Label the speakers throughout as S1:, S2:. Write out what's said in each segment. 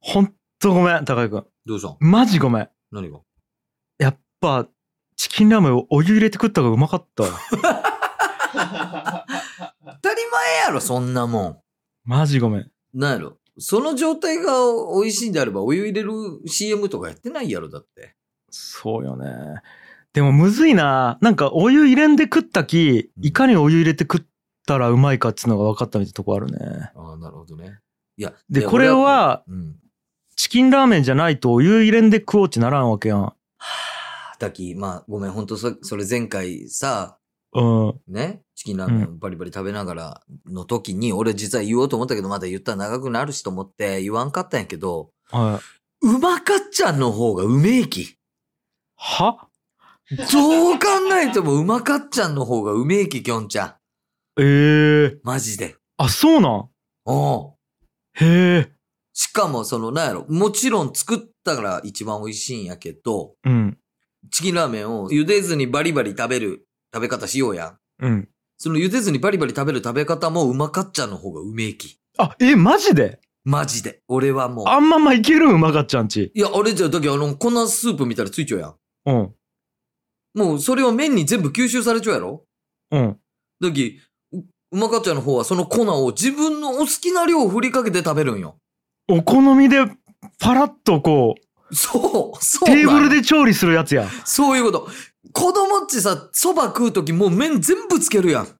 S1: ほんとごめん、高井くん。
S2: どうしたん
S1: マジごめん。
S2: 何が
S1: やっぱ、チキンラーメンをお湯入れて食った方がうまか ったわ。
S2: 当たり前やろ、そんなも
S1: マジごめん。
S2: ん。なんやろ。その状態が美味しいんであれば、お湯入れる CM とかやってないやろ、だって。
S1: そうよね。でもむずいな。なんかお湯入れんで食ったき、いかにお湯入れて食ったらうまいかっつうのが分かったみたいなとこあるね。
S2: ああ、なるほどね。いや、
S1: で、
S2: いや
S1: これ、は
S2: 俺うん。
S1: チキンラーメンじゃないとお湯入れんで食おうってならんわけやん。
S2: 滝、まあ、ごめん、本当そそれ前回さ、
S1: うん。
S2: ね、チキンラーメンバリバリ食べながらの時に、俺実は言おうと思ったけど、まだ言ったら長くなるしと思って言わんかったんやけど、
S1: はい。
S2: うまかっちゃんの方がうめえき。
S1: は
S2: どう考えてもうまかっちゃんの方がうめえき、きょんちゃん。
S1: ええ
S2: マジで。
S1: あ、そうなん
S2: お
S1: へえ。
S2: しかも、その、なんやろ、もちろん作ったから一番美味しいんやけど、
S1: うん。
S2: チキンラーメンを茹でずにバリバリ食べる食べ方しようやん。
S1: うん。
S2: その茹でずにバリバリ食べる食べ方もうまかっちゃんの方がうめえき。
S1: あ、え、マジで
S2: マジで。俺はもう。
S1: あんまんまいけるんうまかっちゃんち。
S2: いや、あれじゃ、だけどあの、粉スープみたいなついちゃうや
S1: うん。
S2: ん。もう、それは麺に全部吸収されちゃうやろ
S1: うん。
S2: だけどううまかっちゃんの方はその粉を自分のお好きな量を振りかけて食べるんよ。
S1: お好みでパラッとこう、
S2: そう、そうなん
S1: テー
S2: よ
S1: ブルで調理するやつや。
S2: そういうこと。子供っちさ、蕎麦食うときもう麺全部つけるや
S1: う
S2: ん。
S1: ん。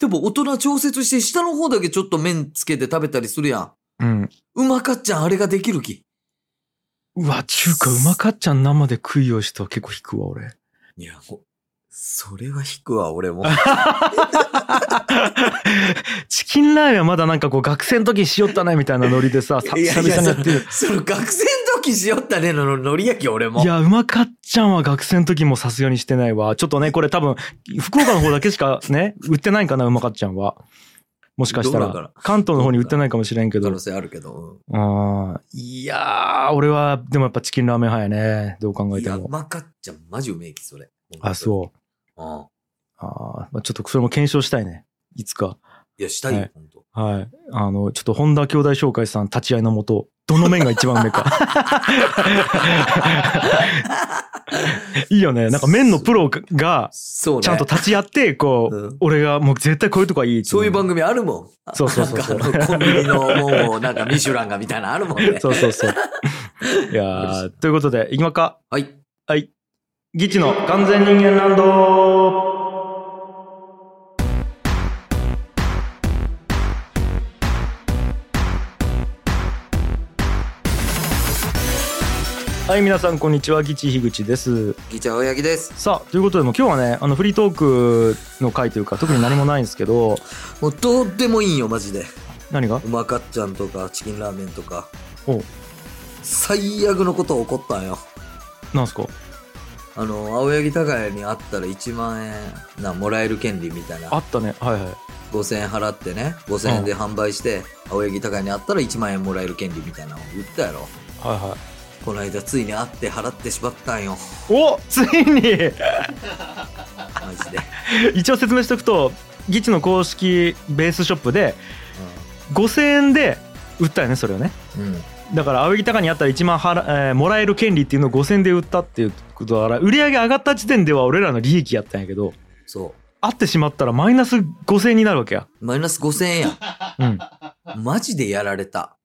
S2: でも大人調節して下の方だけちょっと麺つけて食べたりするやん。
S1: うん。
S2: うまかっちゃんあれができるき。
S1: うわ、中華うまかっちゃん生で食いようしと結構引くわ、俺。
S2: いや、もうそれは引くわ、俺 も。
S1: チキンラーメンはまだなんかこう学生の時しよったねみたいなノリで さ、さ
S2: いや
S1: 久々にやってる。
S2: その学生の時しよったねののりやき、俺も。
S1: いや、うまかっちゃんは学生の時もさすがにしてないわ。ちょっとね、これ多分、福岡の方だけしか ね、売ってないんかな、うまかっちゃんは。もしかした、
S2: どうなんから
S1: 関東の方に売ってないかもしれんけ
S2: 可
S1: ど
S2: 能。性あるけど。
S1: あーいやー、俺は、でもやっぱチキンラーメン派やね。どう考
S2: うん、
S1: え
S2: い
S1: て
S2: や、う
S1: も。
S2: まかっちゃんマジうめえき、それ。
S1: あ、そう。
S2: う。うん。
S1: あーまあちょっとそれも検証したいね。いつか。
S2: いや、したい
S1: は
S2: よ
S1: い、
S2: ほんと。
S1: はい。あの、ちょっと本田兄弟紹介さん立ち会いのもと、どの面が一番う めえか。いいよね。なんか麺のプロが、
S2: そうね。
S1: ちゃんと立ち会って、こう、
S2: うん
S1: 俺がもう絶対こういうとこはいいって
S2: そういう番組あるもん。あ
S1: そうそう そうそう
S2: なんかあの、コンビニの、もう、なんか、ミシュランがみたいなのあるもんね。
S1: そうそうそう。いやーということで、いきまっか。
S2: はい。
S1: はい。ギチの完全人間ランドはい、皆さん、こんにちは。ギチ樋口です。
S2: ギチャ親木です。
S1: さあ、ということで、もう今日はね、あの、フリートークの回というか、特に何もないんですけど、
S2: もう、どうでもいいよ、マジで。
S1: 何が
S2: うまかっちゃんとか、チキンラーメンとか。
S1: お
S2: 最悪のこと起こったんよ。
S1: なんすか
S2: あの、青柳高也に会ったら1万円、な、もらえる権利みたい
S1: あ
S2: な。
S1: ったね。はいはい。
S2: 5000円払ってね、5000円で販売して、青柳高也に会ったら1万円もらえる権利みたいなのを売ったやろ。
S1: はいはい。
S2: この間、ついに会って払ってしまったんよ。
S1: おついに
S2: マジで。
S1: 一応説明しておくとギチの公式ベースショップで5000円で売ったよねそれをね
S2: うん。うん
S1: だから青柳高にあったら1万払、えーもらえる権利っていうのを5000円で売ったっていうことだから売り上げ上がった時点では俺らの利益やったんやけど
S2: そ
S1: 会ってしまったらマイナス5000円になるわけや
S2: う。マイナス5000円やん。
S1: うん
S2: マジでやられた。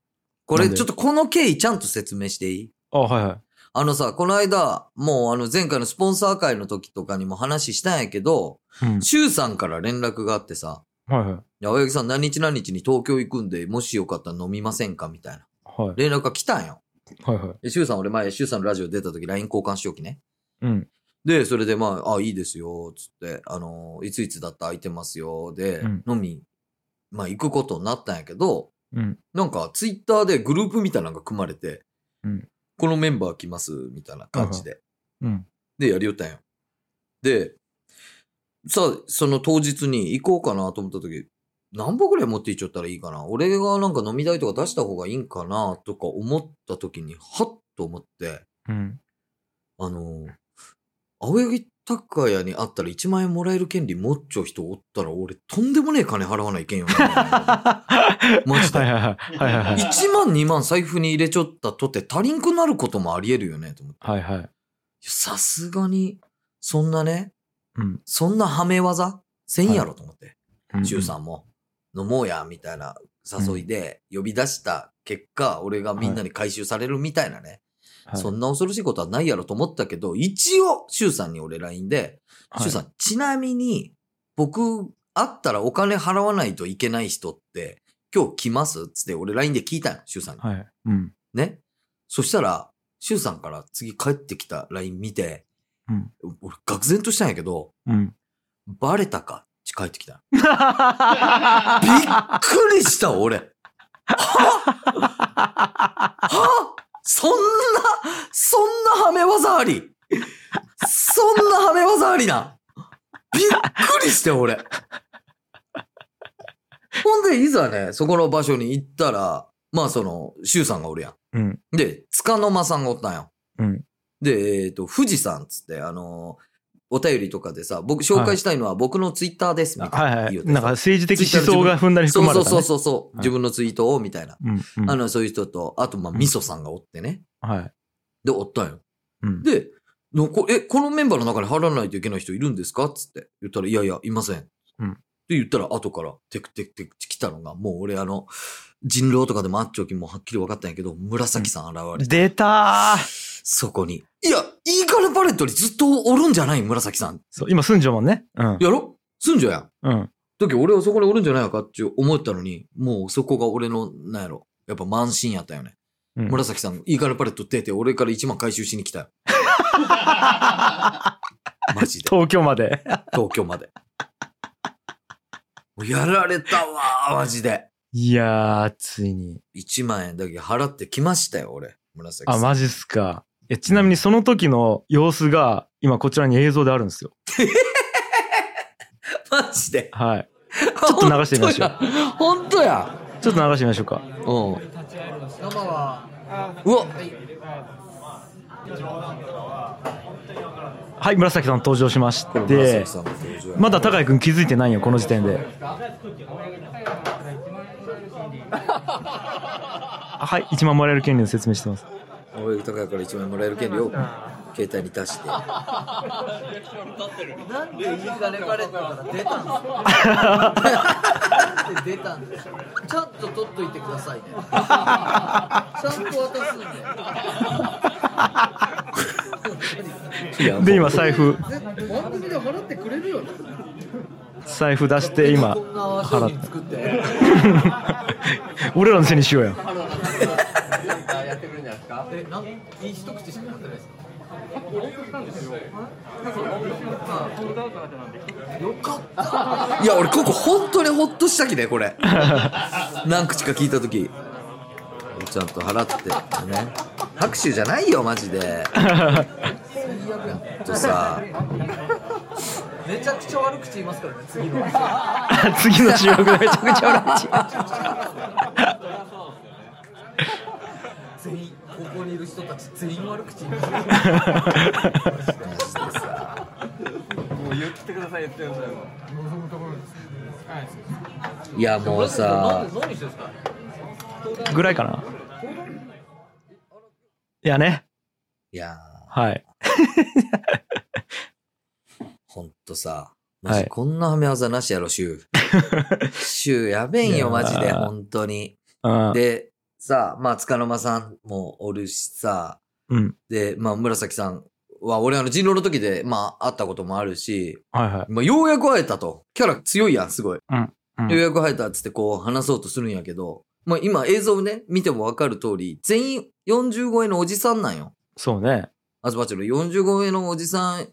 S2: これ、
S1: なんで
S2: ちょっとこの経緯ちゃんと説明していい
S1: あはいはい
S2: あのさ、この間、もうあの前回のスポンサー会の時とかにも話したんやけど、
S1: うん
S2: シュウさんから連絡があってさ、
S1: はいはい
S2: いや青柳さん何日何日に東京行くんで、もしよかったら飲みませんかみたいな。
S1: はい
S2: 連絡が来たんよ。
S1: はいはい
S2: でシュウさん、俺前、シュウさんのラジオ出た時 LINE 交換しようきね。
S1: うん
S2: で、それでまあ、あ、いいですよ、つって、あの、いついつだったら空いてますよ、で、
S1: うん
S2: 飲み、まあ行くことになったんやけど、
S1: うん
S2: なんか、ツイッターでグループみたいなのが組まれて、
S1: うん
S2: このメンバー来ます、みたいな感じで。
S1: うん
S2: で、やりよったんよ。で、さあ、その当日に行こうかなと思った時、何本ぐらい持っていっちゃったらいいかな俺がなんか飲み代とか出した方がいいんかなとか思った時に、はっと思って、
S1: うん
S2: あの、青柳高屋にあったら1万円もらえる権利持っちゃう人おったら、俺、とんでもねえ金払わないけんよ な。マジで。
S1: はいはいはい。はいはい はい。
S2: 1万2万財布に入れちょったとって足りんくなることもありえるよね、と思って。
S1: はいはい。
S2: さすがに、そんなね、
S1: うん。
S2: そんなはめ技せんやろと思って、
S1: うん
S2: 中さんも。飲もうや、みたいな誘いで呼び出した結果、俺がみんなに回収されるみたいなね。
S1: はい
S2: そんな恐ろしいことはないやろと思ったけど、一応、周さんに俺 LINE で、
S1: はい
S2: 周さん、ちなみに、僕、会ったらお金払わないといけない人って、今日来ますつって俺 LINE で聞いたよ、周さんに。
S1: はい。うん。
S2: ね。そしたら、周さんから次帰ってきた LINE 見て、
S1: うん
S2: 俺、愕然としたんやけど、
S1: うん。
S2: バレたかって帰ってきた。びっ
S1: は
S2: くりした、俺。ははそんな、そんなはめ技あり。そんなはめ技ありな。びっくりして、俺。ほんで、いざね、そこの場所に行ったら、まあ、その、周さんがおるやん。
S1: うん。
S2: で、束の間さんがおったんよ。
S1: うん
S2: で、えっ、と、富士山っつって、あのーお便りとかでさ、僕紹介したいのは僕のツイッターです、みたいな。
S1: いは
S2: 言う
S1: い。
S2: てさ
S1: なんか政治的思想が踏んだり
S2: そ
S1: 含ま
S2: う
S1: れ
S2: そう
S1: た、ね。
S2: そうそうそう、
S1: はい
S2: 自分のツイートを、みたいな。
S1: うんうん
S2: あの、そういう人と、あと、ま
S1: う
S2: あ、
S1: ん
S2: みそさんがおってね。
S1: はい。
S2: で、おったんよ。
S1: うん。
S2: で、のこえ、このメンバーの中に入らないといけない人いるんですかつって言ったら、いやいや、いません。
S1: うん
S2: って言ったら、後から、テクテクテクって来たのが、もう俺、あの、人狼とかでもあっちょきもはっきり分かったんやけど、紫さん現れて、
S1: 出たー
S2: そこに。いや、いいからパレットにずっとおるんじゃない紫さん。
S1: そう、今住んじゃうもんね。うん。
S2: やろすんじゃやん。
S1: うん。
S2: 時俺はそこにおるんじゃないかって思ったのに、もうそこが俺の、なんやろ。やっぱ満身やったよね。
S1: うん
S2: 紫さん、いいからパレット出て、俺から1万回収しに来 たよ。マジで。
S1: 東京まで。
S2: 東京まで。もうやられたわー、マジで。
S1: いやー、ついに。
S2: 1万円だけ払ってきましたよ、俺。紫さ
S1: あ、
S2: ん。
S1: マジっすか。え、ちなみにその時の様子が、今こちらに映像であるんですよ。
S2: マジで。
S1: はい。
S2: ちょっ
S1: と流してみましょう
S2: 本当や。
S1: ちょっと流してみましょうか。
S2: うん。うわ、
S1: はい、紫さん登場しまし
S2: これ
S1: て
S2: 紫、さんの表情や
S1: まだ高井くん気づいてないよ、この時点で。はい、一万もらえる権利の説明してます。
S2: 青柳高也から1万円もらえる権利を携帯に出して。
S3: なんでいい金パレットから出たんですかなんで出たんですかちゃんと取っといてくださいね。ちゃんと渡すん
S2: い
S3: で。
S2: や
S1: で、今財布、
S3: え番組で払ってくれるよね。
S1: 財布出して、 今、
S3: こんな商
S1: 払
S3: 品
S1: っ
S3: 作って。
S1: た。俺らのせいにしようよ。
S3: なんかやってくれるんじゃないですかえ、なんいい一口しか持ってないですか
S2: いや、俺ここ本当にほっとしたきね、こ れ。何口か聞いたとき。ちゃんと払って。ね。拍手じゃないよ、マジで。とさ、
S3: めちゃくちゃ悪口言いますからね、次の。めち
S1: 次の収録でめちゃくちゃ笑っちゃう。
S3: ゃくちゃ全員、ここにいる人たち全員悪口言いますから
S2: マジでさ。もう言ってください、言ってください。いや、もうさ。
S3: 何何してるんですか
S1: ぐらいかな。いやね。
S2: いやー、
S1: はい。
S2: ほんとさ、マジ、
S1: はい
S2: こんなはめ技なしやろ、 シュウ。シュウやべん
S1: いや
S2: よ、
S1: ー
S2: マジで、ほんとに。
S1: うん。
S2: で、さ、まあ、つかの間さんもおるしさ、
S1: うん。
S2: で、まあ、紫さんは、俺、あの、人狼の時で、まあ、会ったこともあるし、
S1: はいはい。
S2: まあ、ようやく会えたと。キャラ強いやん、すごい。
S1: うん
S2: ようやく会えたっつって、こう、話そうとするんやけど、まあ、今、映像ね、見てもわかる通り、全員45円のおじさんなんよ。
S1: そうね。
S2: アズバチョル45円のおじさん、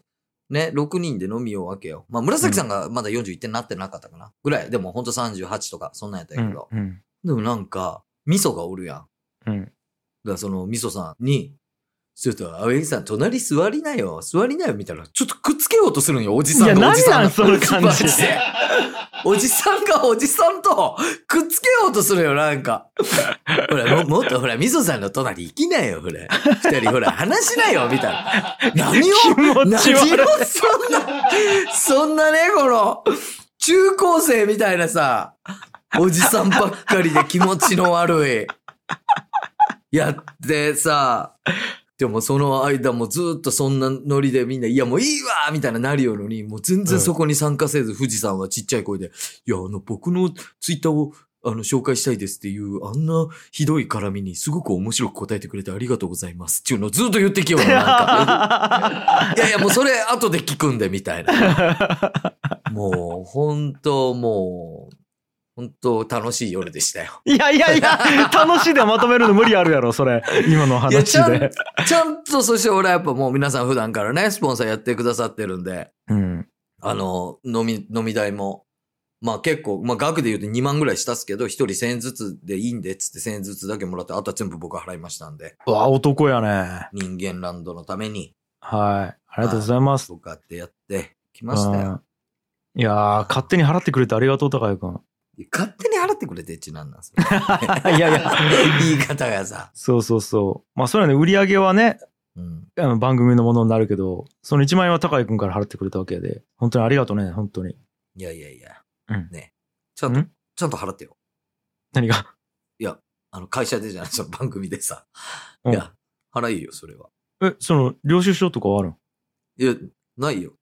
S2: ね、6人で飲みようわけよ。まあ、紫さんがまだ41点なってなかったかな。ぐらい。でも、ほんと38とか、そんなんやったん
S1: う
S2: や
S1: ん
S2: けど。。
S1: うん
S2: でもなんか、味噌がおるやん。
S1: うん。
S2: だからその、みそさんに、ちょっと、青柳さん、隣座りなよ、座りなよ、みたいな。ちょっとくっつけようとするんよ、おじさん
S1: い
S2: と
S1: や
S2: おじさん
S1: なんな
S2: が。
S1: んその感じ
S2: マジでおじさんがおじさんとくっつけようとするよ、なんか。ほら、ももっとほら、みぞさんの隣行きなよ、ほら。二人ほら、話しなよ、みたいな。何を
S1: 気
S2: 何
S1: 持
S2: を
S1: ち悪い
S2: そんな、そんなね、この、中高生みたいなさ、おじさんばっかりで気持ちの悪い。やってさ、でもその間もずっとそんなノリでみんな、いやもういいわみたいななるようのに、もう全然そこに参加せず、富士山はちっちゃい声で、いや、あの、僕のツイッターを、あの、紹介したいですっていう、あんなひどい絡みにすごく面白く答えてくれてありがとうございますっていうのをずっと言ってきようのなんか。いやいや、もうそれ後で聞くんで、みたいな。 もう、本当もう、本当楽しい夜でしたよ。
S1: いやいやいや、楽しいでまとめるの無理あるやろ、それ。今の
S2: いや、
S1: 話
S2: ちゃん、
S1: で。
S2: ちゃんと、そして俺はやっぱもう皆さん普段からね、スポンサーやってくださってるんで、
S1: うん。
S2: あの、飲み、飲み代も、まあ結構、まあ額で言うと2万ぐらいしたっすけど、1人1000円ずつでいいんで、つって1000円ずつだけもらって、あとは全部僕が払いましたんで、
S1: うわ、男やね。
S2: 人間ランドのために、
S1: はい。ありがとうございます。
S2: とかってやってきましたよ。
S1: うんいやー、勝手に払ってくれてありがとう、高井くん。
S2: 勝手に払ってくれてちなんなんすよ。
S1: いやいや、
S2: 言い方がさ。
S1: そうそうそう。まあ、それはね、売り上げはね、
S2: うん。
S1: あの番組のものになるけど、その1万円は高井くんから払ってくれたわけで、本当にありがとうね、本当に。
S2: いやいやいや。
S1: うん
S2: ね。ちゃんと、
S1: ん
S2: ちゃんと払ってよ。
S1: 何が。
S2: あの、会社でじゃない、その番組でさ。
S1: うん
S2: いや、払いよ、それは。
S1: え、その、領収書とかはあるの
S2: いや、ないよ。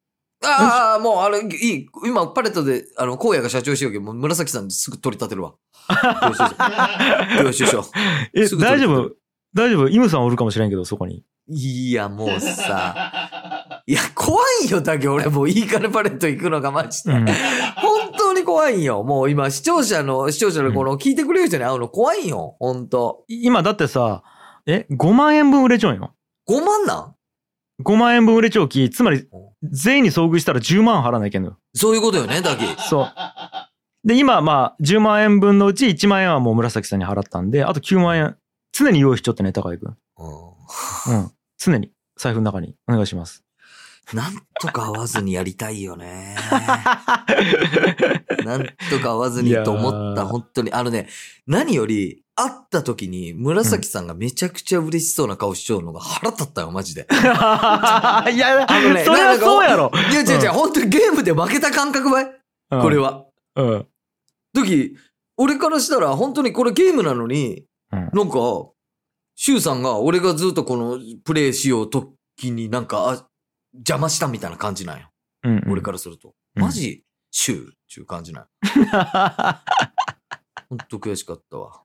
S2: ああ、もう、あれ、いい。今、パレットで、あの、荒野が社長しようけど、もう紫さんすぐ取り立てるわ。 領収書。領収書。
S1: え、
S2: すぐ取
S1: 大
S2: り立てる
S1: 丈夫大丈夫イムさんおるかもしれんけど、そこに。
S2: いや、もうさ。いや、怖いよ、だけど俺もういいからパレット行くのがマジで。
S1: うん。
S2: 本当に怖いよ。もう今、視聴者の、視聴者のこの、聞いてくれる人に会うの怖いよ。本当
S1: 今だってさ、え、5万円分売れちゃうよ。
S2: 5万なん
S1: 5万円分売れちゃうき、つまり
S2: お、
S1: 全員に遭遇したら10万払わなきゃいけんのよ。
S2: そういうことよね、ダキ。
S1: そう。で、今、まあ、10万円分のうち1万円はもう紫さんに払ったんで、あと9万円、常に用意しちゃってね、高井くん。
S2: う
S1: うん。常に、財布の中に、お願いし ます。
S2: ん。なんとか会わずにやりたいよ ね。なんとか会わずにと思っ
S1: い
S2: た、
S1: やー
S2: 本当に。あのね、何より、会った時に、紫さんがめちゃくちゃ嬉しそうな顔しちゃうのが腹立ったよ、マジで。
S1: いや、
S2: あの ね
S1: それはそうやろ。
S2: いや、違う
S1: う
S2: 違う、
S1: ん
S2: 本当にゲームで負けた感覚ばいこれ
S1: は。
S2: は。
S1: うん。
S2: 時、俺からしたら、本当にこれゲームなのに、
S1: うん
S2: なんか、シュウさんが、俺がずっとこの、プレイしよう時になんか、あ邪魔したみたいな感じなんよ。
S1: うん。
S2: 俺からすると。
S1: うん
S2: マジ、シュウっていう感じなんよ
S1: ら。
S2: ほんと悔しかったわ。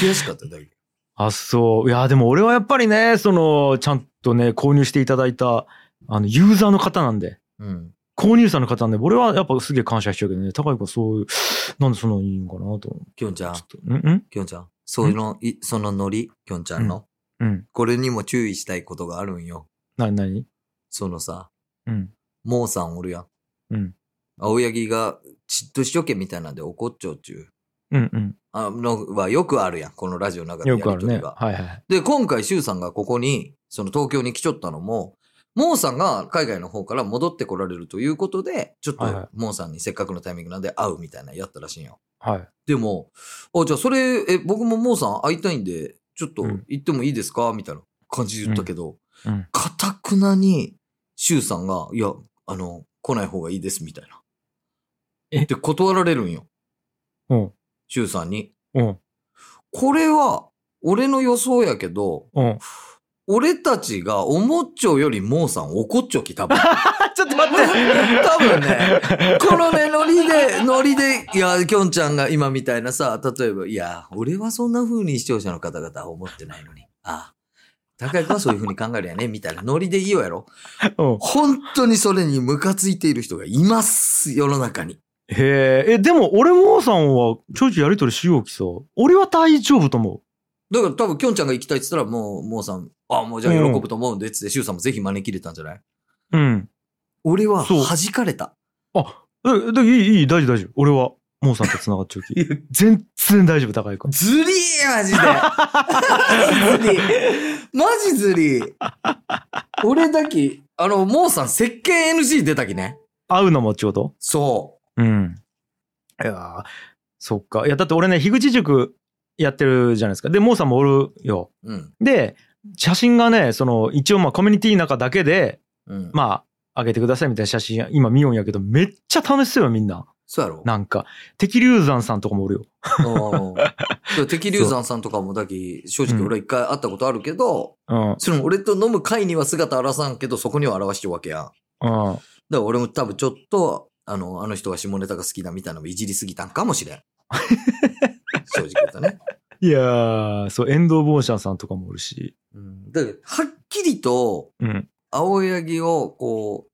S2: 悔しかっただけ。
S1: あ、そう。いや、でも俺はやっぱりね、その、ちゃんとね、購入していただいた、あの、ユーザーの方なんで、
S2: うん。
S1: 購入者の方なんで、俺はやっぱすげえ感謝しちゃうけどね、高井君はそういう、なんでそんなのいいんかなと思う。
S2: きょんちゃん
S1: ち、ょっと、んん
S2: きょんちゃん、そういうの、いそのノリ、きょんちゃんの、
S1: うん。
S2: これにも注意したいことがあるんよ。
S1: なになに
S2: そのさ、
S1: うん。
S2: モーさんおるやん。
S1: うん。
S2: 青柳が、嫉妬しとけみたいなんで怒っちゃうっちゅう。
S1: うんうん。
S2: あのはよくあるやん、このラジオの中でや
S1: よ
S2: り
S1: くある
S2: と
S1: ね。
S2: り
S1: は
S2: が。
S1: いはい。
S2: で、今回、シュウさんがここに、その東京に来ちょったのも、モーさんが海外の方から戻ってこられるということで、ちょっ
S1: はいはい
S2: とモーさんにせっかくのタイミングなんで会うみたいなのやったらしいんよ。
S1: はい。
S2: でも、あ、じゃあそれ、え、僕もモーさん会いたいんで、ちょっと
S1: うん
S2: 行ってもいいですかみたいな感じで言ったけど、
S1: うん。
S2: かたくなに、シュウさんが、いや、あの、来ない方がいいです、みたいな。
S1: え
S2: って断られるんよ。
S1: うん。
S2: シュウさんに。
S1: うん。
S2: これは、俺の予想やけど、
S1: うん。
S2: 俺たちが思っちょよりモーさん怒っちょき、多分。
S1: あ、 ちょっと待って
S2: 多分ね、このね、ノリで、ノリで、いや、きょんちゃんが今みたいなさ、例えば、いや、俺はそんな風に視聴者の方々は思ってないのに、ああ、高井君はそういう風に考えるやね、みたいなノリでいいよやろ。
S1: うん。
S2: 本当にそれにムカついている人がいます、世の中に。
S1: へえ、え、でも俺も王さんはちょいちょいやりとりしようきさ。俺は大丈夫と思う。
S2: だから多分、きょんちゃんが行きたいって言ったら、もう、もうさん、ああ、もうじゃあ喜ぶと思うんで、つって、シュウさんもぜひ招き入れたんじゃない
S1: うん。
S2: 俺は
S1: そう
S2: 弾かれた。
S1: え、でいい、いい、大丈夫、大丈夫。俺は、モーさんと繋がっちゃうき。全然大丈夫、高井君。
S2: ずりーマジ で。ずり。マジずり。俺だけ、あの、モーさん、石鹸 NG 出たきね。
S1: 会うのもちょうど。
S2: そ
S1: うん。いやーそっか。いや、だって俺ね、樋口塾やってるじゃないですか。で、モーさんもおるよ。
S2: う。うん。
S1: で、写真がね、その、一応まあコミュニティの中だけで、
S2: うん。
S1: まあ、あげてくださいみたいな写真、今見よんやけど、めっちゃ楽しそうよ、みんな。
S2: そうやろ
S1: なんか、敵流山さんとかもおるよ。
S2: うんそう敵流山さんとかもだき、正直俺一回会ったことあるけど、
S1: うん。
S2: その俺と飲む会には姿現さんけど、そこには表してるわけやん。だか
S1: うん。
S2: ら俺も多分ちょっと、あの、あの人は下ネタが好きだみたいなのをいじりすぎたんかも しれん。正直言うとね。
S1: いやー、そう、遠藤坊シャンさんとかもおるし。
S2: うん、だからはっきりと、
S1: うん。
S2: 青柳をこう、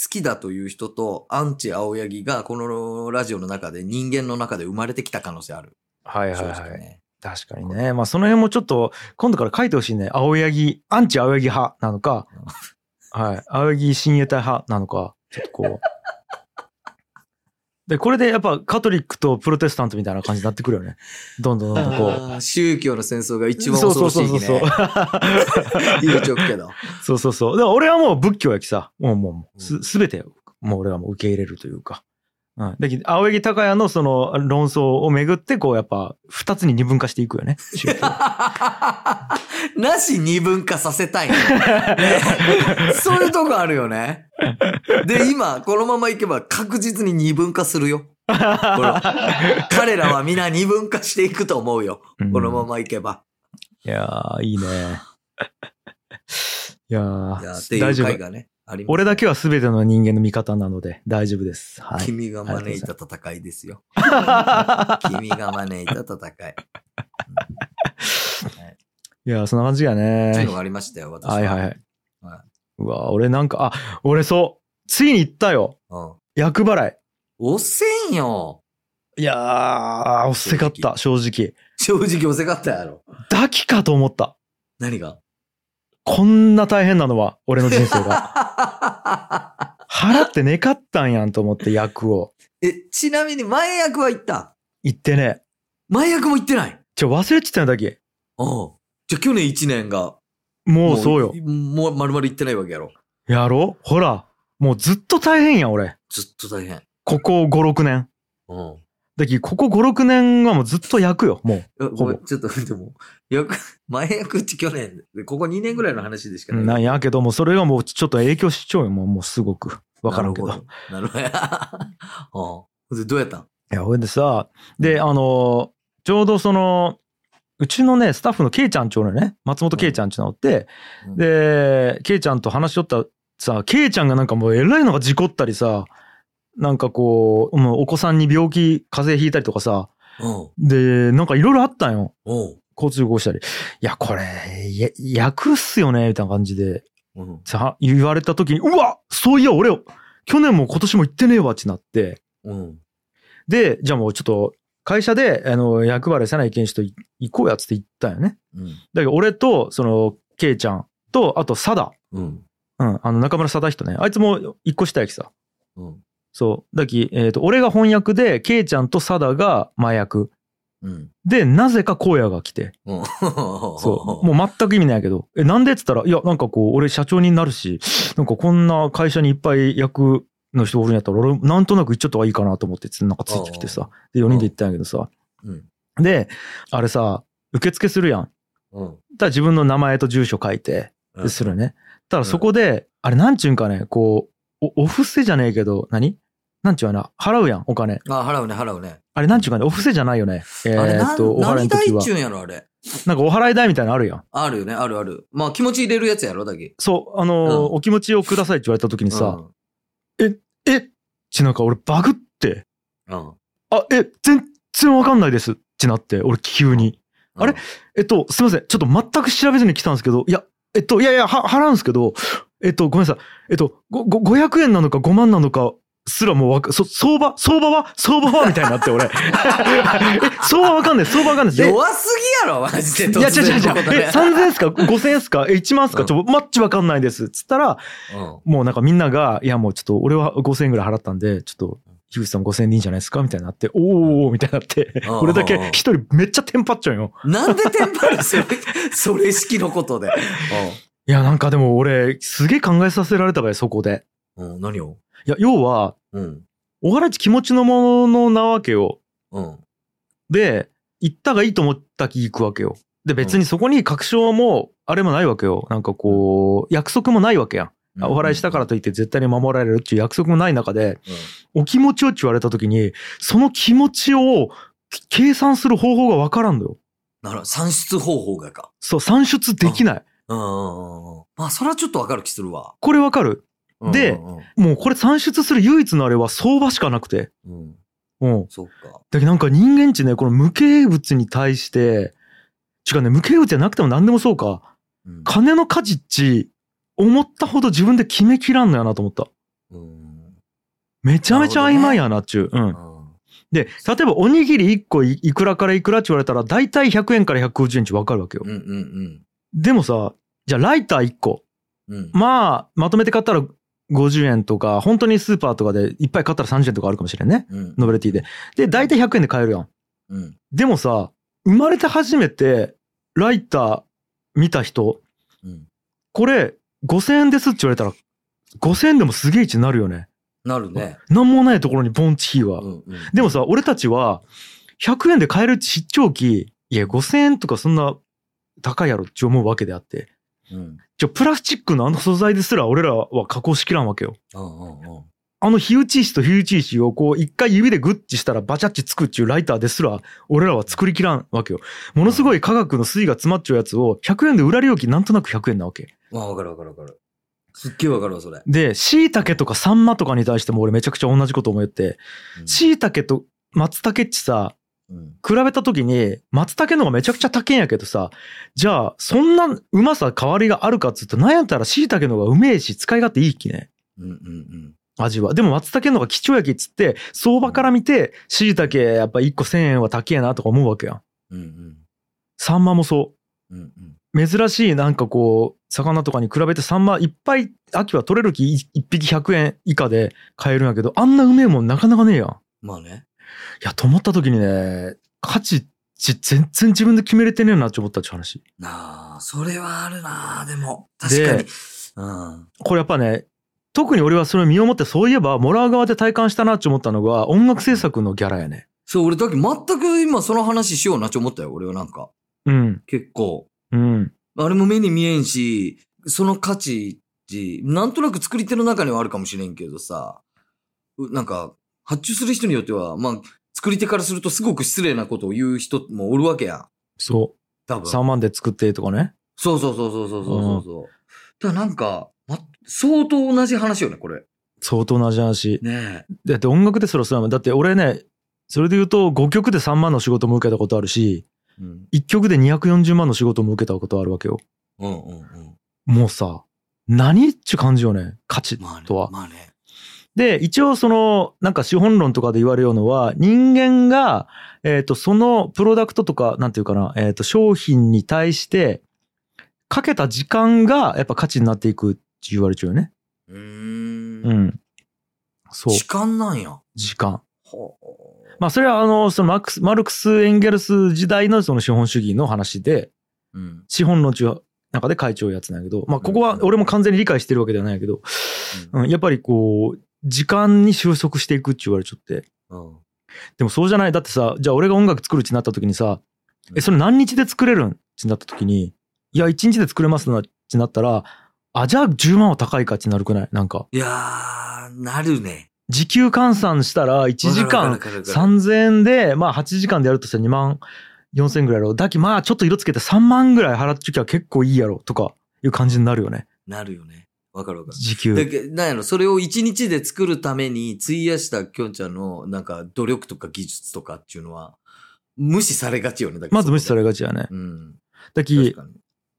S2: 好きだという人と、アンチ青柳が、このラジオの中で、人間の中で生まれてきた可能性ある。
S1: はいはい
S2: 正
S1: は
S2: 直
S1: い。
S2: ね。
S1: 確かにね。まあ、その辺もちょっと、今度から書いてほしいね。青柳、アンチ青柳派なのか、はい。青柳親衛隊派なのか、ちょっとこう。で、これでやっぱカトリックとプロテスタントみたいな感じになってくるよね。どんどんどんどんこう。
S2: あー宗教の戦争が一番恐ろしい日ね。
S1: そうそうそう
S2: 言うちょくけど。
S1: そうそうそう。だから俺はもう仏教やきさ。もうもうもう、
S2: う
S1: す、
S2: ん
S1: すべて、もう俺はもう受け入れるというか。うん。だけど、青柳高也のその論争をめぐって、こうやっぱ、二つに二分化していくよね。宗教
S2: なし二分化させたい ね、ねそういうとこあるよね。で、今、このままいけば確実に二分化するよ。 この彼らは皆二分化していくと思うよ。このままいけば。
S1: いやー、 いいね。いやー
S2: いやってい
S1: 大
S2: う
S1: 丈
S2: 回
S1: 夫。
S2: がね、あります
S1: 俺だけは全ての人間の味方なので大丈夫です。はい。
S2: 君が招いた戦いですよ。君が招いた戦い。
S1: いやー、そんな感じや
S2: ってい
S1: ね
S2: うの。がありましたよ、私
S1: はいはいはい。
S2: は
S1: うわー俺なんか、あ、俺そう、ついに行ったよ。
S2: うん。
S1: 厄払
S2: おせんよ。
S1: い。いやー、おっせかった、正直。
S2: 正直おせかったやろ。
S1: 抱きかと思った。
S2: 何が
S1: こんな大変なのは、俺の人生 が。払ってねかったんやんと思って役を。
S2: え、ちなみに前役は行った
S1: 行ってね。
S2: 前役も行ってない
S1: ちょ、忘れちゃったんだけ。
S2: おうん。じゃあ去年1年が。
S1: もうそうよ。
S2: もう丸々行ってないわけやろ。
S1: やろほら。もうずっと大変やん、俺。
S2: ずっと大変。
S1: ここ5、6年。
S2: うん。
S1: だけどここ5、6年はもうずっと役よ、も
S2: え
S1: ほ
S2: ご
S1: ぼ
S2: めん、ちょっと、でも、役、前役って去年、でここ2年ぐらいの話でしか
S1: う。
S2: ない。
S1: なんやけども、それがもうちょっと影響しちゃうよ、もう、もうすごく。わからんけど。い
S2: なるほど。なるほど。 うん。で、どうやったん
S1: や、ほいでさ、で、あのーちょうどその、うちのね、スタッフのケイちゃんちょうのね、松本ケイちゃんちのおって、
S2: うん
S1: で、ケイちゃんと話しとったさ、ケイちゃんがなんかもうえらいのが事故ったりさ、なんかこう、もうお子さんに病気、風邪ひいたりとかさ、
S2: うん。
S1: で、なんかいろいろあったんよ。
S2: おう。
S1: 交通事故したり、いや、これ、や、役っすよね、みたいな感じで、
S2: うん。
S1: さ、言われた時に、うわそういや、俺、去年も今年も行ってねえわ、ってなって。
S2: うん。
S1: で、じゃあもうちょっと、会社で、あの、役割せない研修とい行こうや、つって行ったんよね。
S2: うん。
S1: だけど、俺と、その、ケイちゃんと、あと、サダ。
S2: うん。
S1: うん、あの、中村貞人ね。あいつも一個下やきさ。
S2: うん。
S1: そう。だき、えっ、と、俺が翻訳で、ケイちゃんとサダが麻薬。
S2: うん。
S1: で、なぜか荒野が来て。
S2: うん。
S1: そう。もう全く意味ないけど。え、なんでっつったら、いや、なんかこう、俺社長になるし、なんかこんな会社にいっぱい役の人おるんやったら、俺、なんとなく行っちゃった方がいいかなと思って、つなんかついてきてさ。で、4人で行ったんやけどさ。
S2: う。うん。
S1: で、あれさ、受付するやん。
S2: うん。
S1: ただ自分の名前と住所書いて、
S2: うん
S1: でするね。ただそこで、あれ、なんちゅうんかね、こう、お、お布施じゃねえけど、何なんちゅうかな、払うやん、お金。
S2: あ、払うね、払うね。
S1: あれ、なんちゅうかね、お布施じゃないよね。え
S2: あれ、
S1: ー
S2: な
S1: っと、
S2: ん
S1: お払いの時
S2: 何代っ
S1: は
S2: ち。ゅうんやろ、あれ。
S1: なんかお払い代みたいなのあるやん。
S2: あるよね、あるある。まあ、気持ち入れるやつやろ、だけ。
S1: そう、あのー
S2: うん
S1: お気持ちをくださいって言われた時にさ、
S2: う
S1: えっちなんか俺バグって、
S2: ん。うん。
S1: あ、え、全然わかんないですってなって、俺急に。あれえっと、すいません。ちょっと全く調べずに来たんですけど、いや、えっと、いやいや、は払うんですけど、えっと、ごめんなさい。えっと、ご、ご、500円なのか5万なのか、すらもうわか、そ、相場、相場は相場はみたいにな って、俺。え相場わかんない、相場わかんないです。え
S2: 弱すぎやろ、マジで。
S1: いや、違う違う
S2: 突然のこと
S1: 違う。え、
S2: ね
S1: 3000円っすか ?5000 円っすかえ、1万っすか、
S2: うん
S1: ちょ、マッチわかんないです。つったら、
S2: うん
S1: もうなんかみんなが、いやもうちょっと俺は5000円ぐらい払ったんで、ちょっと樋口さん5000人じゃないですかみたいになって、おーおーみたいになって、
S2: うん
S1: 俺だけ
S2: うんうん
S1: 一人めっちゃテンパっちゃうよ。
S2: なんでテンパるそれ、それ式のことで。
S1: いや、なんかでも俺、すげえ考えさせられたから、そこで。
S2: うん。うん、何を
S1: いや、要は、
S2: うん。
S1: 小原市気持ちのものなわけよ。
S2: うん。
S1: で、行ったがいいと思ったき行くわけよ。で、別にそこに確証も、あれもないわけよ。なんかこう、約束もないわけやん。お祓いしたからといって絶対に守られるっていう約束もない中で、お気持ちをって言われた時に、その気持ちを計算する方法がわからんのよ。
S2: なるほど算出方法がか。
S1: そう、算出できない。
S2: うんうんうんうん。まあ、それはちょっとわかる気するわ。
S1: これわかるで
S2: うんうん
S1: もうこれ算出する唯一のあれは相場しかなくて。
S2: うん、うん。
S1: うん。
S2: そっか。
S1: だけどなんか人間値ね、この無形物に対して、違うね、無形物じゃなくても何でもそうか。
S2: うん
S1: 金の価値っち、思ったほど自分で決めきらんのやなと思った。
S2: うん。
S1: めちゃめちゃ曖昧やなっちゅう。うん。で、例えばおにぎり1個いいくらからいくらって言われたら、だいたい100円から150円ちわかるわけよ
S2: うん。うんうん
S1: でもさ、じゃあライター1個。
S2: うん。
S1: まあ、まとめて買ったら50円とか、本当にスーパーとかでいっぱい買ったら30円とかあるかもしれんね。
S2: うん
S1: ノベルティで。で、だいたい100円で買えるやん。
S2: うん。
S1: でもさ、生まれて初めてライター見た人、
S2: うん。
S1: これ5000円ですって言われたら、5000円でもすげえ位置になるよね。
S2: なるね。
S1: なんもないところにボンチヒーは。
S2: うんうん
S1: でもさ、俺たちは、100円で買えるって知っちゃうき、いや、5000円とかそんな高いやろって思うわけであって。
S2: うん。
S1: じゃ、プラスチックのあの素材ですら俺らは加工しきらんわけよ。
S2: うんうんうん。
S1: あの火打ち石と火打ち石をこう一回指でグッチしたらバチャッチつくっちゅうライターですら俺らは作りきらんわけよ。ものすごい科学の水が詰まっちゃうやつを100円で売られようきなんとなく100円なわけ。
S2: まあ、わかるわかるわかる。すっげえわかるわ、それ。
S1: で、椎茸とかサンマとかに対しても俺めちゃくちゃ同じこと思って、椎茸と松茸っちさ、
S2: うん。
S1: 比べた時に松茸の方がめちゃくちゃ高いんやけどさ、じゃあそんなうまさ変わりがあるかっつうとなんやったら椎茸の方がうめえし使い勝手いいきね。
S2: うんうんうん。
S1: 味は。でも松茸の方が貴重やきっつって、相場から見て、椎茸やっぱ1個1000円は高えなとか思うわけやん。
S2: うんうん。
S1: サンマもそ
S2: うんうん。
S1: う。珍しいなんかこう、魚とかに比べてサンマいっぱい秋は取れるき1匹100円以下で買えるんやけど、あんなうめえもんなかなかねえやん。い
S2: まあね。
S1: や、と思った時にね、価値ち全然自分で決めれてねえなって思ったって話。
S2: なあ、それはあるなあ、でも。確
S1: で
S2: かに。うん。
S1: これやっぱね、特に俺はそれを身をもってそういえば、もらう側で体感したなって思ったのが、音楽制作のギャラやね。
S2: そう、俺、だけ全く今その話しようなって思ったよ、俺はなんか。
S1: うん。
S2: 結構。
S1: うん。
S2: あれも目に見えんし、その価値って、なんとなく作り手の中にはあるかもしれんけどさ、うなんか、発注する人によっては、まあ、作り手からするとすごく失礼なことを言う人もおるわけやん。
S1: そ
S2: 多
S1: う。
S2: 分。
S1: 3万で作ってとかね。
S2: そうそうそうそうそうそうそう。だからなんか、ま、相当同じ話よね、これ。
S1: 相当なじゃんし。
S2: ねえ。
S1: だって音楽ですらそうやもんだって俺ね、それで言うと5曲で3万の仕事も受けたことあるし、
S2: うん。
S1: 1曲で240万の仕事も受けたことあるわけよ。
S2: うんうんうん。
S1: もうさ、何っちゅう感じよね、価値
S2: まあね。
S1: とは。
S2: まあね。
S1: で、一応その、なんか資本論とかで言われるのは、人間が、えっ、と、そのプロダクトとか、なんていうかな、えっ、と、商品に対して、かけた時間がやっぱ価値になっていくって言われちゃうよね。
S2: うー。
S1: うんん。そう。
S2: 時間なんや。
S1: 時間。
S2: ほ
S1: まあそれはあの、そのマックス、マルクス・エンゲルス時代のその資本主義の話で、
S2: う。うん。
S1: 資本論中中で会長やつなんやけど、まあここは俺も完全に理解してるわけではないけど、うん、やっぱりこう、時間に収束していくって言われちゃって。
S2: うん。
S1: でもそうじゃない。だってさ、じゃあ俺が音楽作るってなった時にさ、
S2: うん
S1: え、それ何日で作れるんってなった時に、いや、一日で作れますなってなったら、あ、じゃあ10万は高いかってなるくないなんか、
S2: いやー、なるね。
S1: 時給換算したら1時間
S2: わかるわかるわかる
S1: 3000円で、まあ8時間でやるとしたら2万4000円ぐらいやろ。だきまあちょっと色つけて3万ぐらい払っちゅきゃ結構いいやろとかいう感じになるよね。
S2: なるよね。わかるわかる。
S1: 時
S2: だ
S1: 給。
S2: けなんやろ、それを一日で作るために費やしたきょんちゃんのなんか努力とか技術とかっていうのは無視されがちよね。だから
S1: まず無視され
S2: そ
S1: がちやね
S2: こ。でうん。
S1: だ
S2: 確
S1: き、
S2: かに。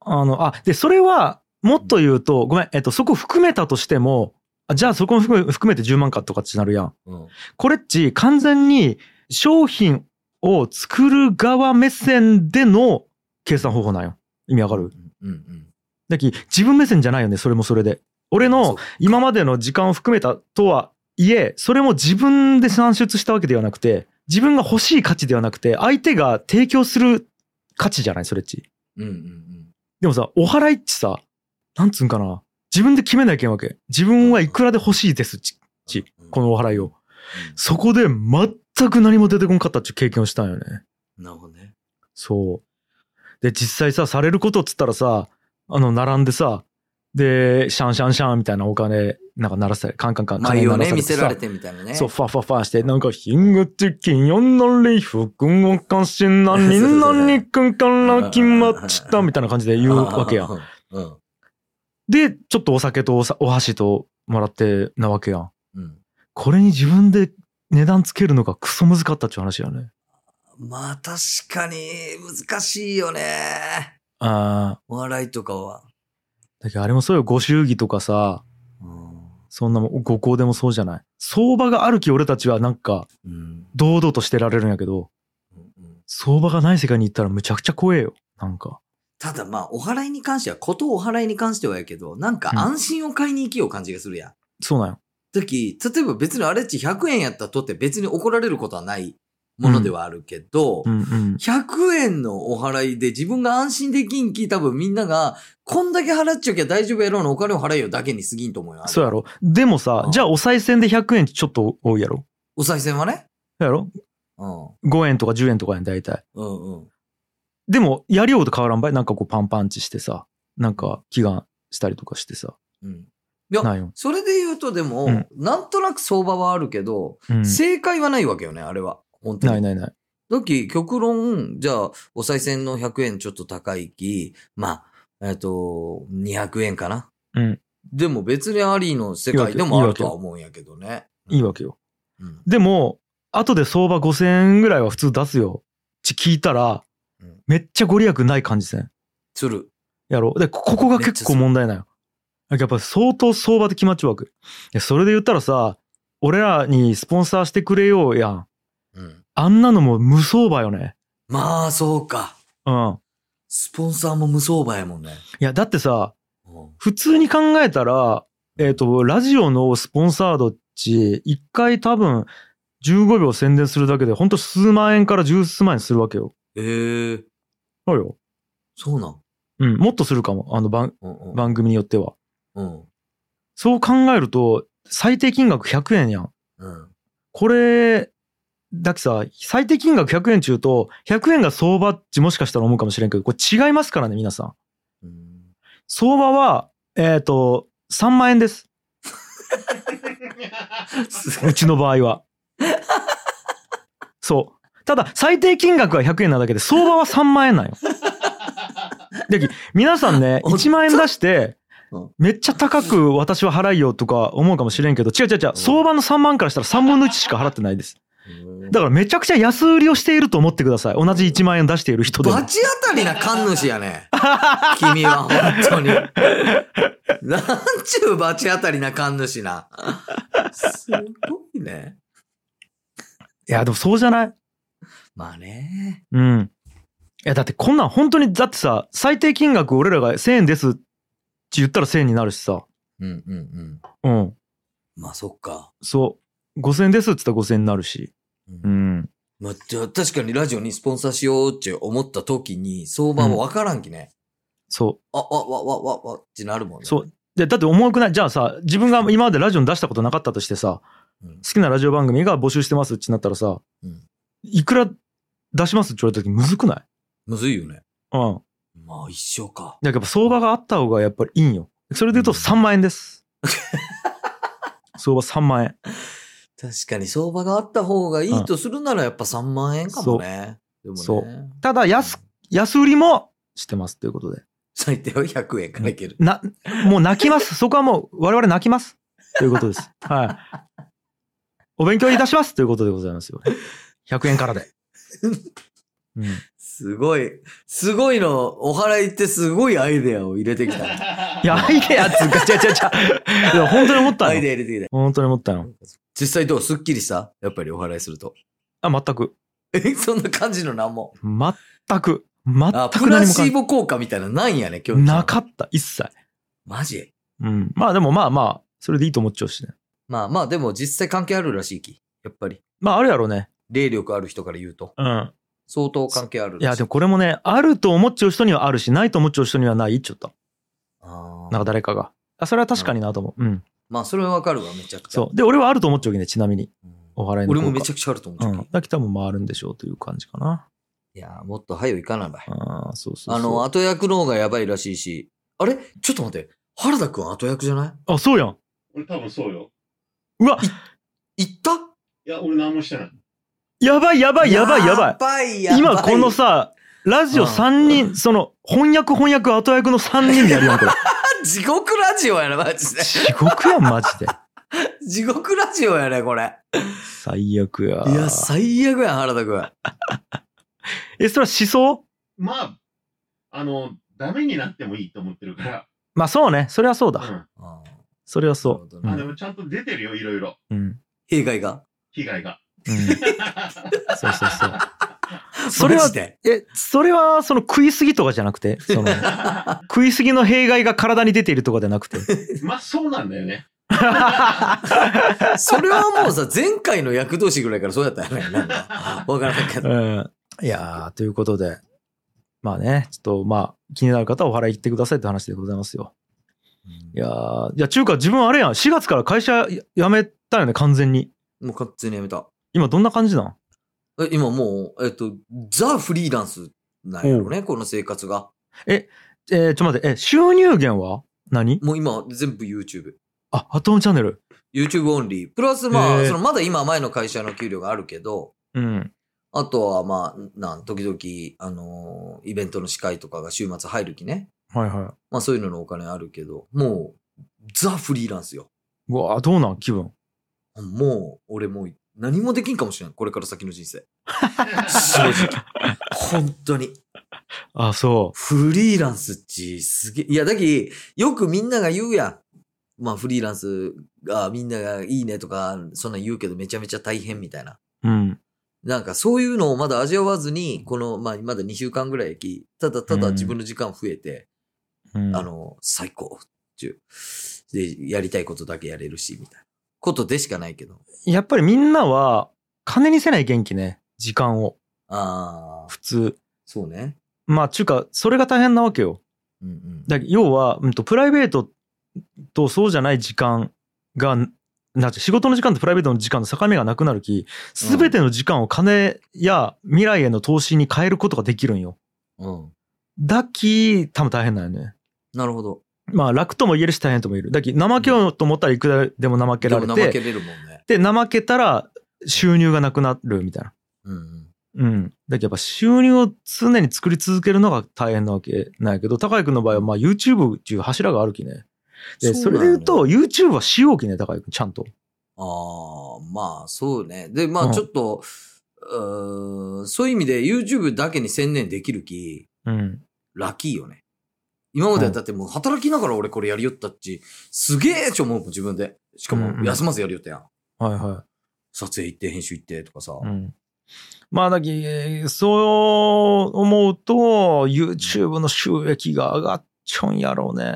S1: あの、あ、で、それは、もっと言うと、ごめん、えっと、そこ含めたとしても、あじゃあそこも含め含めて10万かとかってなるやん。
S2: うん。
S1: これっち、完全に商品を作る側目線での計算方法なんよ。意味わかる
S2: うんうん。
S1: だき、自分目線じゃないよね、それもそれで。俺の
S2: そう
S1: 今までの時間を含めたとはいえ、それも自分で算出したわけではなくて、自分が欲しい価値ではなくて、相手が提供する価値じゃないそれっち。
S2: うんうんうん。
S1: でもさ、お払いってさ、なんつうんかな。自分で決めなきゃいけんわけ。自分はいくらで欲しいですっち、ちこのお払いを。そこで全く何も出てこんかったっていう経験をしたんよね。
S2: うん。なるほどね。
S1: そう。で、実際さ、されることっつったらさ、あの、並んでさ、で、シャンシャンシャンみたいなお金、なんか鳴らせたり、カンカンカン、
S2: 前
S1: 鐘
S2: を
S1: 鳴
S2: ね、
S1: さ
S2: 見
S1: て
S2: せ
S1: さ
S2: られてみたいなね。
S1: そう、ファファファして、なんか、ヒングチキン、ヨンナレイフ、くんごかしなになにくんからきまちた、みたいな感じで言うわけやん。
S2: ん。うん。
S1: で、ちょっとお酒とおさお箸ともらってなわけやん。
S2: うん。
S1: これに自分で値段つけるのがクソ難かったっていう話やね。
S2: まあ確かに難しいよね。
S1: ああ。
S2: お笑いとかは。
S1: だけどあれもそうよ、ご祝儀とかさ、
S2: うん。
S1: そんなもん、ご高でもそうじゃない。相場があるき俺たちはなんか、
S2: うん。
S1: 堂々としてられるんやけど、
S2: うん
S1: 相場がない世界に行ったらむちゃくちゃ怖えよ。なんか。
S2: ただまあ、お払いに関しては、ことお払いに関してはやけど、なんか
S1: うん
S2: 安心を買いに行きよう感じがするやん。
S1: そうなんよ。
S2: 時、例えば別にあれっち100円やったとって別に怒られることはないものではあるけど、
S1: うんうん。
S2: 100円のお払いで自分が安心できんき、多分みんなが、こんだけ払っちゃきゃ大丈夫やろうのお金を払えよだけに過ぎんと思うよ。
S1: そうやろ。でもさ
S2: う、ん
S1: じゃあお賽銭で100円ちょっと多いやろ。
S2: お賽銭はね。
S1: そうやろ
S2: うん。
S1: ?5 円とか10円とかやん、大体。
S2: うんうん。
S1: でも、やりようと変わらんばい。なんかこうパンパンチしてさ、なんか祈願したりとかしてさ。
S2: うん。いや、
S1: ないよ。
S2: それで言うとでも、
S1: うん
S2: なんとなく相場はあるけど、
S1: うん。
S2: 正解はないわけよね、あれは。本当に。
S1: ないないない。
S2: だっき、極論、じゃあ、お賽銭の100円ちょっと高いき、まあ、えっ、と、200円かな。
S1: うん。
S2: でも別にアリーの世界でもあるとは思うんやけどね。
S1: いいわけよ。
S2: うん。
S1: でも、後で相場5000円ぐらいは普通出すよ。ち聞いたら
S2: うん、
S1: めっちゃご利益ない感じせん。
S2: する。
S1: やろで、こここが結構問題なよ。やっぱ相当相場で決まっちゃうわけ。いやそれで言ったらさ、俺らにスポンサーしてくれようやん。
S2: うん。
S1: あんなのも無相場よね。
S2: まあ、そうか。
S1: うん。
S2: スポンサーも無相場やもんね。
S1: いや、だってさ、
S2: うん
S1: 普通に考えたら、えっ、と、ラジオのスポンサードっち、一回多分15秒宣伝するだけで、ほんと数万円から十数万円するわけよ。
S2: ええ
S1: そうよ。
S2: そうなん。
S1: うん、もっとするかも。あの番、
S2: うんうん。
S1: 番組によっては。
S2: うん。
S1: そう考えると、最低金額100円やん。
S2: うん。
S1: これ、だけさ、最低金額100円中と、100円が相場っちもしかしたら思うかもしれんけど、これ違いますからね、皆さん。
S2: うん
S1: 相場は、えっ、と、3万円 です。うちの場合は。そう。ただ、最低金額は100円なだけで、相場は3万円なんよ。で、皆さんね、
S2: おっ
S1: 1万円出して
S2: うん、
S1: めっちゃ高く私は払いよとか思うかもしれんけど、違う違う違う、相場の3万からしたら3分の1しか払ってないです。
S2: うん
S1: だからめちゃくちゃ安売りをしていると思ってください。同じ1万円出している人でも
S2: バ。チ当たりな神主やね。君は本 当に。なんちゅうバチ当たりな神主な。すごいね。
S1: いや、でもそうじゃない
S2: まあね。
S1: うん。いや、だってこんなん本当に、だってさ、最低金額俺らが1000円ですって言ったら1000円になるしさ。
S2: うんうんうん。
S1: うん。
S2: まあそっか。
S1: そう。5000円ですって言ったら5000円になるし。
S2: うん
S1: うん。
S2: まあ、じゃあ確かにラジオにスポンサーしようって思った時に相場もわからんきね。
S1: そ
S2: あ、わ、わ、わ、わ、わってなるもん
S1: う。
S2: ね。
S1: そう。で、だって重くないじゃあさ、自分が今までラジオに出したことなかったとしてさ、
S2: うん。
S1: 好きなラジオ番組が募集してますってなったらさ、
S2: うん
S1: いくら出しますって言われた時むずくない
S2: むずいよね。
S1: うん。
S2: まあ一緒か。
S1: だからやっぱ相場があった方がやっぱりいいんよ。それで言うと
S2: うん
S1: 3万円です。相場3万円。
S2: 確かに相場があった方がいいとするならやっぱ3万円かもね。でもね。
S1: そただ安、安売りもしてますということで。
S2: 最低は100円からいける。
S1: な、もう泣き ます。そこはもう我々泣きます。ということです。はい。お勉強いたしますということでございますよ。100円からで。うん、い
S2: すごい、すごいの、お払いってすごいアイデアを入れてきたね。
S1: や、アイデアっつ うか、ちゃちゃちゃ。いや、本当に思った
S2: アイ
S1: よ。
S2: デア入れてきた。
S1: 本当に思ったよ。
S2: 実際どうすっきりしたやっぱりお払いすると。
S1: あ、全く。
S2: え、そんな感じのなんも。
S1: 全く。全
S2: あ、
S1: く
S2: プラ
S1: 何も
S2: シー
S1: 感
S2: ボ効果みたいなのないんやね、
S1: じ
S2: 今日。
S1: なかった。一切。
S2: マジ
S1: うん。まあでもまあまあ、それでいいと思っちゃうしね。
S2: まあまあでも実際関係あるらしいき。やっぱり。
S1: まああるやろうね。
S2: 霊力ある人から言うと。
S1: うん。
S2: 相当関係ある
S1: いや、
S2: らしい。
S1: でもこれもね、あると思っちゃう人にはあるし、ないと思っちゃう人にはないっちゃった。
S2: あー
S1: なんか誰かが。あそれは確かになと思う。うん。
S2: まあそれはわかるわ、めちゃくちゃ。
S1: そう。で、俺はあると思っちゃうけどね、ちなみに。
S2: うん
S1: お祓いの
S2: 俺もめちゃ
S1: く
S2: くちゃあると思う。
S1: うん。だから北も回るんでしょうという感じかな。
S2: いやー、もっと早いかなばい。
S1: ああ、そうそうそう。
S2: あの、後役の方がやばいらしいし。あれちょっと待って。原田くん後役じゃな
S1: あ、そうやん。
S4: 俺多分そうよ。
S1: うわ、
S2: い行った
S4: いや、俺何もしてない。
S1: やばいやばいやばいやばい。
S2: ばいやばい。
S1: 今このさ、ラジオ
S2: うん
S1: 3人、その、翻訳翻訳後役の3人でやるや ん、これ。
S2: 地獄ラジオやな、マジで。
S1: 地獄やん、マジで。
S2: 地獄ラジオやね、これ。
S1: 最悪や。
S2: いや、最悪やん、原田くん。
S1: え、それは思想
S4: まあ、あの、ダメになってもいいと思ってるか
S1: まあそうね。それはそうだ。
S4: ら。
S2: あー
S1: それはそ
S2: な
S1: う。う
S2: るほど
S4: うん。
S2: ね
S4: あ、
S1: ん
S4: でもちゃんと出てるよ、いろいろ。
S1: うん。
S2: 弊害が。
S4: 被害が。
S1: うん。 そうそうそう。そ
S2: そ
S1: れ
S2: れ
S1: は
S2: は、で
S1: え、それは、その食いすぎとかじゃなく て、その、食いすぎの弊害が体に出ているとかじゃなくて。
S4: まあ、そうなんだよね。
S2: それはもうさ、前回の役同士ぐらいからそうやったよね。な んか、わからんけど。
S1: うん。いやー、ということで。まあね、ちょっとまあ、気になる方はお払い行ってくださいって話でございますよ。いやー、いや、中華自分あれやん。4月から会社や辞めたよね、完全に。
S2: もう完全にやめた。
S1: 今どんな感じなん
S2: え今もう、えっと、ザ・フリーランスなんやろね、この生活が。
S1: えー、ちょっと待って、え、収入源は何
S2: もう今、全部 YouTube。
S1: あ、ハトムチャンネル。
S2: YouTube オンリー。プラスま
S1: へ
S2: あ、
S1: ー
S2: そのまだ今前の会社の給料があるけど、
S1: うん。
S2: あとはまあ、なん、時々、あのーイベントの司会とかが週末入る気ね。
S1: はいは
S2: まあそういうののお金あるけど、もう、ザ・フリーランスよ。
S1: い。うわー、どうなん気分。
S2: もう、俺もう何もできんかもしれん。これから先の人生。正直。本当に。
S1: あ、そ
S2: フリーランスっち、すげえ。いや、だき、よくみんなが言うやん。まあ、フリーランスが、みんながいいねとか、そんなん言うけど、めちゃめちゃ大変みたいな。
S1: う。うん。
S2: なんか、そういうのをまだ味わわずに、この、まあ、まだ2週間ぐらいき、ただただ自分の時間増えて、
S1: うん、
S2: あの、最高っていう。で、やりたいことだけやれるし、みたいな。ことでしかないけど。
S1: やっぱりみんなは、金にせない元気ね。時間を。
S2: ああ、
S1: 普通。
S2: そうね。
S1: まあ、ちゅうか、それが大変なわけよ。
S2: うんうん。
S1: だ要は、うんと、プライベートとそうじゃない時間が、なんて仕事の時間とプライベートの時間の境目がなくなるき、すべての時間を金や未来への投資に変えることができるんよ。
S2: うん。
S1: だき、多分大変だよね。
S2: なるほど。
S1: まあ、楽とも言えるし大変とも言える。だき、怠けようと思ったらいくらでも怠け
S2: で
S1: ら
S2: も
S1: れ
S2: 怠け
S1: て、
S2: れるもんね。
S1: で、怠けたら収入がなくなるみたいな。
S2: うんうん。
S1: うん。だけどやっぱ収入を常に作り続けるのが大変なわけなんやけど、高井くんの場合はまあ YouTube っていう柱があるきね。で、それ
S2: なの
S1: で言うと、YouTube はしようきね、高井くん、ちゃんと。
S2: ああ、まあそうね。で、
S1: う
S2: まあ
S1: ん
S2: ちょっと、うーん、そういう意味で YouTube だけに専念できるき、
S1: うん。
S2: ラッキーよね。今までだってもう働きながら俺これやりよったっち、すげえちょ思うもん自分で。しか
S1: うんう
S2: も
S1: ん
S2: 休まずやりよったやん。
S1: はいは
S2: 撮影行って、編集行ってとかさ。
S1: い。うん。まあだけどそう思うと、YouTube の収益が上がっちょんやろうね。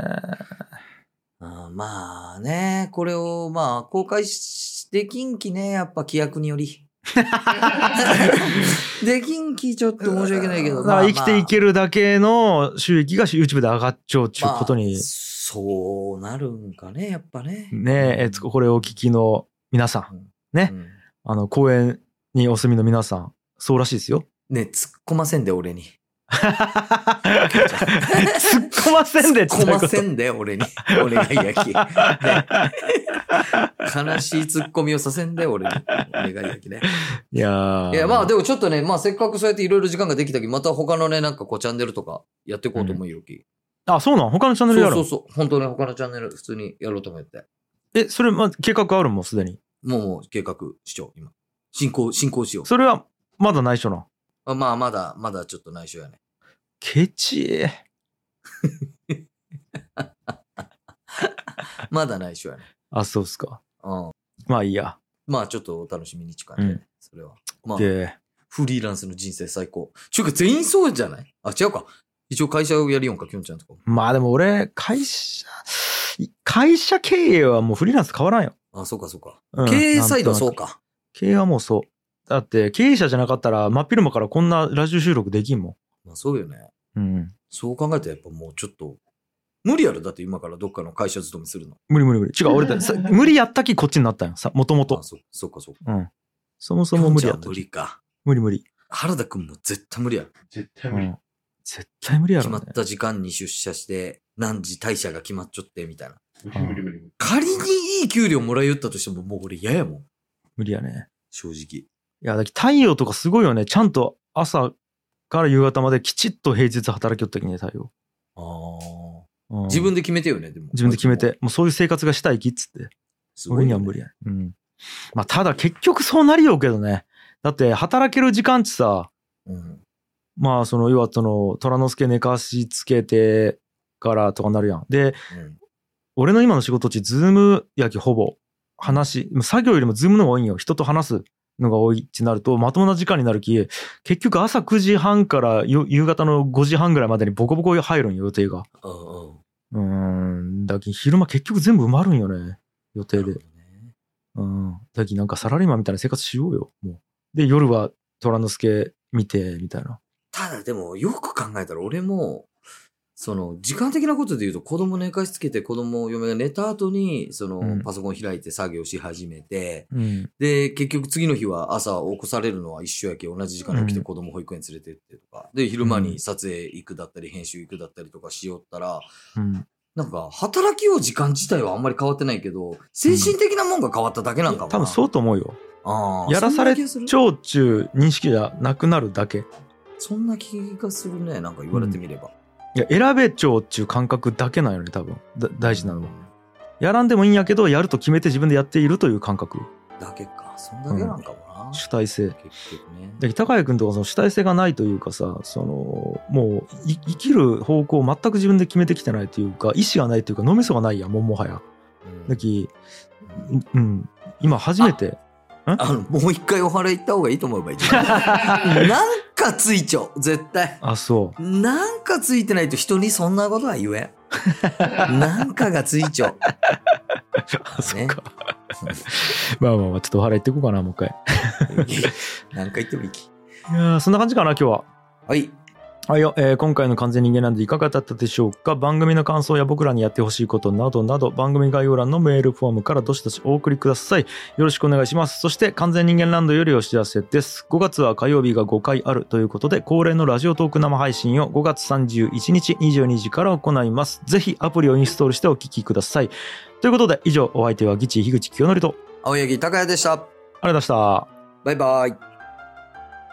S2: うんまあね、これをまあ公開しできんきね、やっぱ規約によ り。できんきちょっと申し訳ないけど。
S1: だから生きてい
S2: る
S1: けるだけの収益が YouTube で上がっちゃうっちゅうことに、
S2: そうなるんかね、やっぱね。
S1: ねえ、えこれをお聞きの皆さん。ね
S2: うん
S1: あの、公園にお住みの皆さん、そうらしいですよ。
S2: ねえ、突っ込ませんで、俺に。
S1: 突っ込ませんでっ
S2: 突
S1: て
S2: っ
S1: こと
S2: 込ませんで、俺に。俺が焼 き。ね悲しい突っ込みをさせんで、俺に。俺が焼きね。
S1: いやー
S2: いや、まあでもちょっとね、まあせっかくそうやっていろいろ時間ができたき、また他のね、なんかこうチャンネルとかやっていこうと思うよ、き。
S1: あ、そうなん他のチャンネ
S2: そう
S1: ルやる
S2: そうそう。本当ね、他のチャンネル普通にやろうと思って。
S1: え、それ、まあ、計画あるもん、すでに。
S2: もうもう計画しよう、今。進行、進行しよう
S1: それは、まだ内緒な。。
S2: あまあまだ、まだちょっと内緒やね。
S1: ケチー。
S2: まだ内緒やね。
S1: あ、そうっすか。
S2: うん。
S1: まあいいや。
S2: まあちょっとお楽しみにちかね、
S1: うん
S2: それは。まあ、
S1: で、
S2: フリーランスの人生最高。ちゅうか全員そうじゃないあ、違うか。一応会社をやりよんか、きょんちゃんとかも。
S1: まあでも俺、会社、会社経営はもうフリーランス変わらんよ。
S2: あ、そうかそうか。
S1: うん
S2: 経営サイドはそう。
S1: なんとなく
S2: か。
S1: 経営はもうそう。だって、経営者じゃなかったら、真っ昼間からこんなラジオ収録できんも
S2: まあそうよね。
S1: ん。うん。
S2: そう考えたらやっぱもうちょっと、無理やろだって今からどっかの会社勤めするの。
S1: 無理無理無理。違う、俺だ、さ無理やったきこっちになったんよ。さ、もともと
S2: あ、。そうそうかそうか。
S1: うん。そもそも無理やった
S2: じゃあ無
S1: き。
S2: 理か。
S1: 無理無理。
S2: 原田くんも絶対無理や。
S4: 絶対
S1: う
S4: 無理。
S1: ん。絶対無理や
S2: 決
S1: ろ
S2: ま
S1: ね
S2: っ。た時間に出社して、何時退社が決まっちゃって、みたいな。
S4: 無理無理無理無理。
S2: 仮にいい給料もらいよったとしても、もう俺嫌やもん。
S1: 無理やね。
S2: 正直。
S1: いや、だけど太陽とかすごいよね。ちゃんと朝から夕方まできちっと平日働きよったきね、太陽。
S2: ああ。
S1: うん
S2: 自分で決めてよね、でも。
S1: 自分で決め。て、もうそういう生活がしたいきっつって。
S2: すごい
S1: 俺
S2: よ
S1: には
S2: ね
S1: 無理や。うん。まあ、ただ結局そうなりようけどね。だって、働ける時間ってさ、
S2: うん。
S1: まあ、その、要はその、虎之助寝かしつけてからとかなるやん。で、
S2: うん。
S1: 俺の今の仕事地、ズームやきほぼ、話、作業よりもズームの方が多いんよ。人と話すのが多いってなると、まともな時間になるき、結局朝9時半からよ夕方の5時半ぐらいまでにボコボコ入るんよ、予定が。
S2: うんうん。
S1: うーん、だき昼間結局全部埋まるんよね、予定
S2: なる
S1: で
S2: ほ。どね
S1: うん。だきなんかサラリーマンみたいな生活しようよ、もう。で、夜は虎之助見て、みたいな。
S2: ただでも、よく考えたら俺も、その、時間的なことで言うと、子供寝かしつけて、子供、嫁が寝た後に、その、
S1: うん
S2: パソコン開いて作業し始めて、
S1: うん。
S2: で、結局次の日は朝起こされるのは一緒やけ、同じ時間に起きて
S1: うん
S2: 子供保育園連れてってとか、で、昼間
S1: う
S2: に
S1: ん
S2: 撮影行くだったり、編集行くだったりとかしよったら、
S1: うん。
S2: なんか、働きよう時間自体はあんまり変わってないけど、精神的なもんが変わっただけなんかもな。
S1: 多分そうと思うよ。
S2: ああ。
S1: やらされ
S2: そんな気がする
S1: 長中認識じゃなくなるだけ。
S2: そんな気がするね、なんか言われてみれば。
S1: いや、選べちょうっていう感覚だけなんよね、多分。だ大事なのは。やらんでもいいんやけど、やると決めて自分でやっているという感覚。
S2: だけか。そんだけなんかもな。
S1: 主体性。
S2: 結局ね。
S1: だけど高谷君とかその主体性がないというかさ、その、もうい、生きる方向を全く自分で決めてきてないというか、意志がないというか、脳みそがないやん、もうもはや。
S2: うん
S1: だき、ううん、今初めて、
S2: あの、もう一回お払い行った方がいいと思えばいい。 なんかついちゃう、絶対。
S1: あ、そう。
S2: なんかついてないと人にそんなことは言えん。なんかがついちゃう。
S1: あ、そっ
S2: ね
S1: か。まあまあまあ、ちょっとお払い行っていこうかな、もう一回。
S2: なんか言ってもいいき。
S1: いやーそんな感じかな、今日は。
S2: はい。
S1: はいよ、えー今回の完全人間なんでいかがだったでしょうか番組の感想や僕らにやってほしいことなどなど番組概要欄のメールフォームからどしどしお送りください。よろしくお願いします。そして完全人間ランドよりお知らせです。5月は火曜日が5回あるということで恒例のラジオトーク生配信を5月31日22時から行います。ぜひアプリをインストールしてお聞きください。ということで以上お相手はギチ樋口清則と
S2: 青柳高也でした。
S1: ありがとうございました。
S2: バイバイ。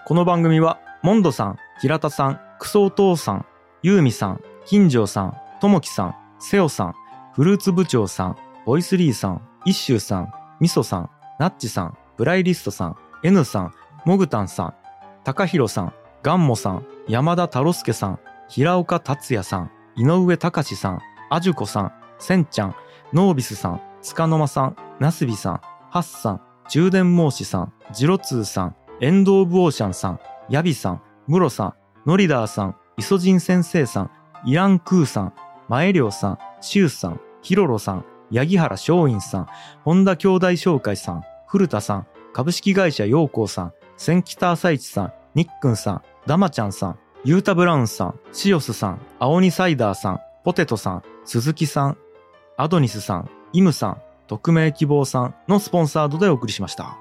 S1: この番組は、モンドさん、平田さん、クソお父さん、ユーミさん、金城さん、ともきさん、セオさん、フルーツ部長さん、ボイスリーさん、イッシューさん、ミソさん、ナッチさん、ブライリストさん、N さん、モグタンさん、タカヒロさん、ガンモさん、山田太郎介さん、平岡達也さん、井上隆さん、アジュコさん、センちゃん、ノービスさん、つかの間さん、ナスビさん、ハッさん、充電申しさん、ジロツーさん、エンド・オブ・オーシャンさん、ヤビさん、ムロさん、ノリダーさん、イソジン先生さん、イラン・クーさん、マエリョウさん、シュウさん、ヒロロさん、八木原松陰さん、本田兄弟紹介さん、古田さん、株式会社陽光さん、千北朝市さん、ニックンさん、ダマちゃんさん、ユータ・ブラウンさん、シオスさん、アオニサイダーさん、ポテトさん、鈴木さん、アドニスさん、イムさん、匿名希望さんのスポンサードでお送りしました。